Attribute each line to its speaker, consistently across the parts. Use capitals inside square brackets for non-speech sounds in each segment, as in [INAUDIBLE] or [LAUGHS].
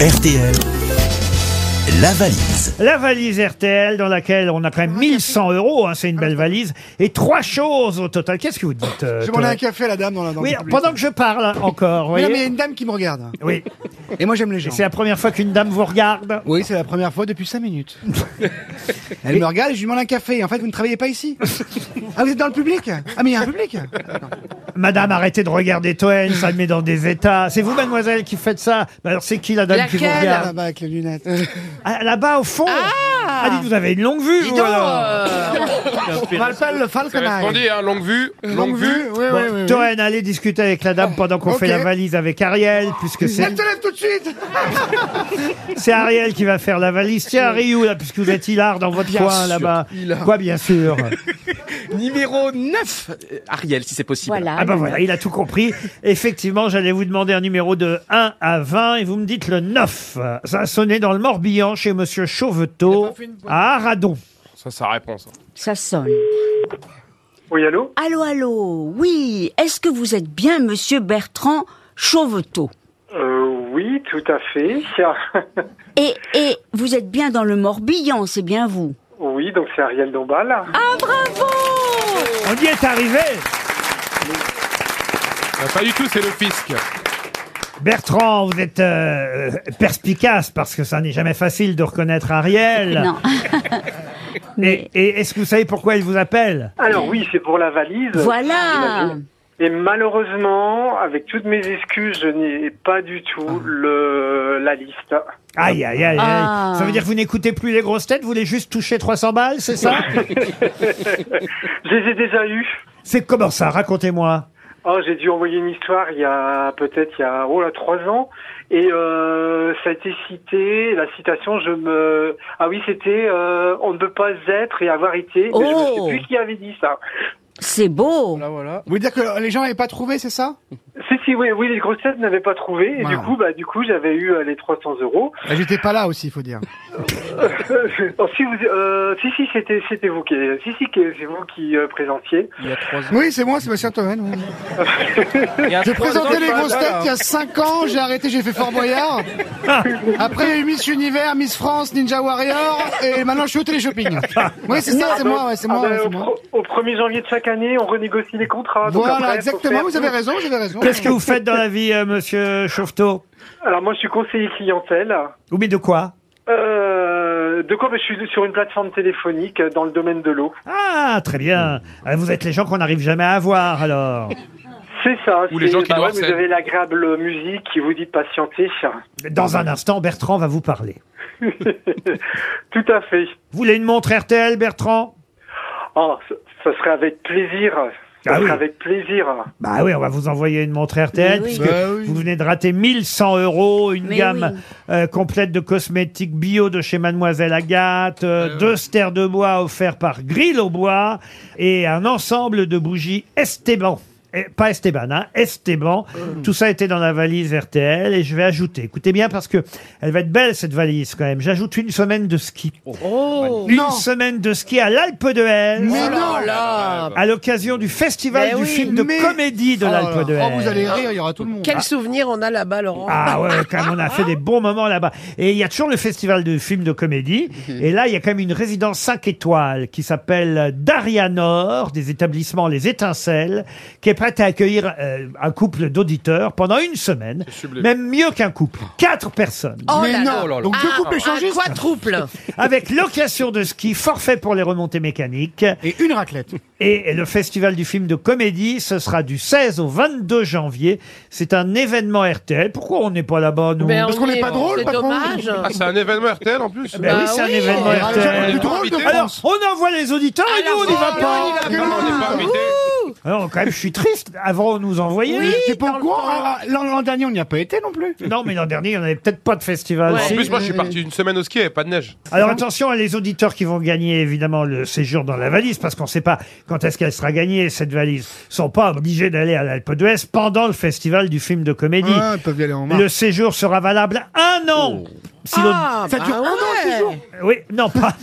Speaker 1: RTL, la valise.
Speaker 2: La valise RTL dans laquelle on a quand même 1100 euros, hein, c'est une belle valise, et trois choses au total. Qu'est-ce que vous dites euh,
Speaker 3: Je demandais
Speaker 2: Toen
Speaker 3: un café à la dame dans la dans
Speaker 2: Oui,
Speaker 3: le public.
Speaker 2: pendant que je parle hein, encore, vous
Speaker 3: Mais non, mais il y
Speaker 2: voyez
Speaker 3: a une dame qui me regarde.
Speaker 2: Oui,
Speaker 3: Et moi, j'aime les gens.
Speaker 2: c'est la première fois qu'une dame vous regarde.
Speaker 3: Oui, c'est la première fois depuis 5 minutes.
Speaker 2: [LAUGHS]
Speaker 3: Elle me regarde et je lui demande un café. Et en fait, vous ne travaillez pas ici Ah, vous êtes dans le public Ah, mais il y a un public
Speaker 2: Madame, arrêtez de regarder Toen, ça le met dans des états. C'est vous, mademoiselle, qui faites ça Bah Alors c'est qui la dame qui vous
Speaker 4: Laquelle
Speaker 2: regarde
Speaker 3: Là-bas, avec les lunettes. [LAUGHS]
Speaker 2: Ah, Là-bas, au fond Ah, dites, vous avez une longue vue,
Speaker 4: Dis
Speaker 2: vous,
Speaker 4: donc,
Speaker 2: alors.
Speaker 4: euh,
Speaker 3: On m'appelle le
Speaker 5: Ça va être
Speaker 3: falconaille.
Speaker 5: grandi, hein, longue vue, longue vue.
Speaker 3: Oui, oui, oui. oui.
Speaker 2: Toen, allez discuter avec la dame pendant qu'on
Speaker 3: Ok.
Speaker 2: fait la valise avec Ariel, puisque c'est
Speaker 3: Elle te lève tout de suite
Speaker 2: C'est Ariel qui va faire la valise. Tiens, Ryu, là, puisque vous êtes hilar dans votre
Speaker 6: Bien
Speaker 2: coin,
Speaker 6: sûr,
Speaker 2: là-bas.
Speaker 6: hilar.
Speaker 2: Quoi,
Speaker 6: [LAUGHS]
Speaker 2: bien sûr
Speaker 6: Numéro 9, euh, Ariel, si c'est possible.
Speaker 7: Voilà.
Speaker 2: Ah ben
Speaker 7: le-
Speaker 2: voilà, il a tout compris. Effectivement, j'allais vous demander un numéro de 1 à 20 et vous me dites le 9. Ça a sonné dans le Morbihan chez Monsieur Chauvetot à Aradon.
Speaker 5: Ça, sa réponse. hein.
Speaker 7: Ça sonne.
Speaker 8: Oui, allô
Speaker 7: Allô, allô, oui, est-ce que vous êtes bien Monsieur Bertrand Chauvetot
Speaker 8: euh, Oui, tout à fait.
Speaker 7: et, et vous êtes bien dans le Morbihan, c'est bien vous
Speaker 8: [LAUGHS] oui, donc c'est Ariel Dombal.
Speaker 7: Ah, bravo
Speaker 2: On y est arrivé
Speaker 5: Ah, pas du tout, c'est le fisc.
Speaker 2: Bertrand, vous êtes euh, perspicace parce que ça n'est jamais facile de reconnaître Ariel.
Speaker 7: Non,
Speaker 2: Et, et est-ce que vous savez pourquoi il vous appelle
Speaker 8: Alors oui, c'est pour la valise.
Speaker 7: voilà
Speaker 8: j'imagine. Et malheureusement, avec toutes mes excuses, je n'ai pas du tout le, la liste.
Speaker 2: Aïe, aïe, aïe, aïe.
Speaker 7: Ah.
Speaker 2: Ça veut dire que vous n'écoutez plus les grosses têtes, vous voulez juste toucher 300 balles, c'est ça
Speaker 8: Je les ai déjà eus.
Speaker 2: C'est comment ça Racontez-moi.
Speaker 8: Oh, j'ai dû envoyer une histoire il y a peut-être il y a oh là trois ans et euh, ça a été cité la citation je me ah oui c'était euh, on ne peut pas être et avoir été mais je
Speaker 7: Oh.
Speaker 8: ne sais plus qui avait dit ça
Speaker 7: C'est beau
Speaker 3: Voilà, voilà. Vous voulez dire que les gens n'avaient pas trouvé, c'est ça
Speaker 8: Si, si, oui, oui les grosses têtes n'avaient pas trouvé, et
Speaker 3: Wow.
Speaker 8: du coup, bah, du coup, j'avais eu euh, les 300 euros.
Speaker 3: Bah, J'étais pas là aussi, il faut dire.
Speaker 8: Oh, si, vous, euh, si, si, c'était, c'était vous qui, si, si, que c'est vous qui euh, présentiez.
Speaker 6: Il y a 3 ans.
Speaker 3: Oui, c'est moi, Sébastien Toen. oui.
Speaker 6: Il y a
Speaker 3: J'ai
Speaker 6: trois ans,
Speaker 3: présenté les
Speaker 6: je
Speaker 3: grosses
Speaker 6: parle,
Speaker 3: têtes
Speaker 6: hein.
Speaker 3: il y a 5 ans, j'ai arrêté, j'ai fait Fort Boyard. Après, il y a eu Miss Univers, Miss France, Ninja Warrior, et maintenant je suis au téléshopping. Oui, c'est ça, c'est moi, ouais, c'est
Speaker 8: Ah,
Speaker 3: moi,
Speaker 8: ben,
Speaker 3: ouais, c'est
Speaker 8: au,
Speaker 3: moi.
Speaker 8: pro- au 1er janvier de chaque année, on renégocie les contrats. donc après,
Speaker 3: Voilà,
Speaker 8: faut
Speaker 3: exactement,
Speaker 8: faire-
Speaker 3: vous avez raison, vous avez raison.
Speaker 2: Qu'est-ce que vous faites dans la vie, euh, monsieur Chauvetot
Speaker 8: Alors, moi, je suis conseiller clientèle.
Speaker 2: Ou mais de quoi
Speaker 8: Euh, de quoi ben, Je suis sur une plateforme téléphonique euh, dans le domaine de l'eau.
Speaker 2: Ah, très bien. Ah, Vous êtes les gens qu'on n'arrive jamais à voir, alors.
Speaker 8: C'est ça.
Speaker 5: Ou les
Speaker 8: c'est-
Speaker 5: gens qui
Speaker 8: bah
Speaker 5: nous
Speaker 8: ouais, Vous
Speaker 5: harcèlent.
Speaker 8: avez l'agréable musique qui vous dit de patienter.
Speaker 2: Dans un instant, Bertrand va vous parler.
Speaker 8: Tout à fait.
Speaker 2: Vous voulez une montre RTL, Bertrand
Speaker 8: Oh, ce ce serait avec plaisir. Ce
Speaker 2: Ah
Speaker 8: serait
Speaker 2: oui.
Speaker 8: avec plaisir.
Speaker 2: Bah oui, on va vous envoyer une montre RTL,
Speaker 7: Mais oui.
Speaker 2: puisque
Speaker 3: Bah oui.
Speaker 2: vous venez de rater 1100 euros, une
Speaker 7: Mais
Speaker 2: gamme euh, complète de cosmétiques bio de chez Mademoiselle Agathe, euh,
Speaker 3: Bah
Speaker 2: deux stères de bois offerts par Grill au bois, et un ensemble de bougies Esteban. Eh, pas Esteban, hein, Esteban.
Speaker 7: Mmh.
Speaker 2: Tout ça était dans la valise RTL et je vais ajouter. Écoutez bien parce que elle va être belle cette valise quand même. J'ajoute une semaine de ski.
Speaker 7: Oh.
Speaker 2: une
Speaker 3: Non.
Speaker 2: semaine de ski à l'Alpe d'Huez.
Speaker 3: Mais
Speaker 5: Oh
Speaker 3: non
Speaker 6: Là,
Speaker 2: à l'occasion du festival
Speaker 4: Mais
Speaker 2: du
Speaker 4: oui,
Speaker 2: film de
Speaker 3: mais-
Speaker 2: comédie de
Speaker 3: Oh là
Speaker 2: l'Alpe
Speaker 3: là.
Speaker 2: d'Huez.
Speaker 3: Oh, vous allez rire, il y aura tout le monde.
Speaker 4: quel souvenir on a là-bas, Laurent
Speaker 2: Ah ouais, ouais, quand même, on a fait des bons moments là-bas. Et il y a toujours le festival de films de comédie. Et là, il y a quand même une résidence 5 étoiles qui s'appelle Daria Nord, des établissements Les Étincelles, qui est prête à accueillir euh, un couple d'auditeurs pendant une semaine.
Speaker 5: sublime.
Speaker 2: Même mieux qu'un couple. Quatre personnes.
Speaker 4: Oh
Speaker 3: Ah, Mais
Speaker 4: là là. Ah,
Speaker 3: non, donc deux couples échangés.
Speaker 4: Quoi trouble
Speaker 2: Avec location de ski, forfait pour les remontées mécaniques.
Speaker 3: Ah. Et une raclette.
Speaker 2: Et le festival du film de comédie, ce sera du 16 au 22 janvier. C'est un événement RTL. Pourquoi on n'est pas là-bas, nous
Speaker 3: Parce qu'on n'est pas drôle,
Speaker 4: Ben oh, C'est
Speaker 3: pas drôle.
Speaker 4: dommage.
Speaker 5: Ah, c'est un événement RTL en plus. Ah,
Speaker 2: Ben oui, c'est un
Speaker 4: oui.
Speaker 2: événement
Speaker 3: Il y aura le
Speaker 2: RTL.
Speaker 3: plus drôle de
Speaker 5: Alors,
Speaker 3: France.
Speaker 2: Alors, on envoie les auditeurs et nous, on n'y va pas.
Speaker 5: Ah, non, on n'est pas invité.
Speaker 2: Alors, quand même, je suis triste. Avant, on nous envoyait.
Speaker 3: T'es pas au courant hein, L'an l'an dernier, on n'y a pas été non plus.
Speaker 2: Non, mais l'an dernier, il n'y en avait peut-être pas de festival.
Speaker 4: Ouais.
Speaker 5: En
Speaker 2: Si.
Speaker 5: plus, moi, je suis parti une semaine au ski, il n'y avait pas de neige.
Speaker 2: Alors, attention à les auditeurs qui vont gagner, évidemment, le séjour dans la valise, parce qu'on ne sait pas quand est-ce qu'elle sera gagnée, cette valise. Ils sont pas obligés d'aller à l'Alpe d'Huez pendant le festival du film de comédie.
Speaker 3: Ouais, ils peuvent y aller en mars. Oh.
Speaker 2: Le séjour sera valable un an. Si l'autre-
Speaker 3: Ça
Speaker 6: Ah
Speaker 3: dure un an, six jours.
Speaker 2: Oui, non,
Speaker 3: [LAUGHS]
Speaker 2: pas.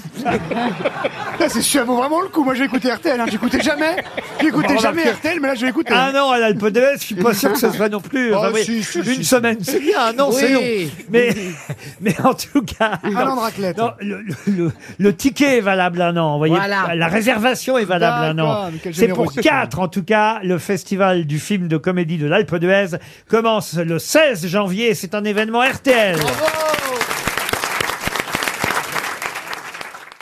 Speaker 3: Là, c'est sûr, ça vaut vraiment le coup. Moi, j'ai écouté RTL. Hein. J'écoutais jamais. J'écoutais
Speaker 2: Remarquez.
Speaker 3: jamais RTL, mais là, je vais écouter.
Speaker 2: Un an à l'Alpe d'Huez, je suis pas sûr que ce soit non plus.
Speaker 3: Oh,
Speaker 2: Enfin, oui,
Speaker 3: si, si,
Speaker 2: une
Speaker 3: si, si.
Speaker 2: semaine, c'est bien, un an, c'est long.
Speaker 3: Oui. Ah
Speaker 2: Mais, [LAUGHS] mais en tout cas.
Speaker 3: Un an de raclette.
Speaker 2: Non, le, le- le- le ticket est valable un an, vous voyez.
Speaker 4: Voilà.
Speaker 2: La réservation est valable un an.
Speaker 3: D'accord, mais quelle
Speaker 2: C'est pour
Speaker 3: générosité.
Speaker 2: quatre, en tout cas. Le festival du film de comédie de l'Alpe d'Huez commence le 16 janvier et c'est un événement RTL.
Speaker 4: Bravo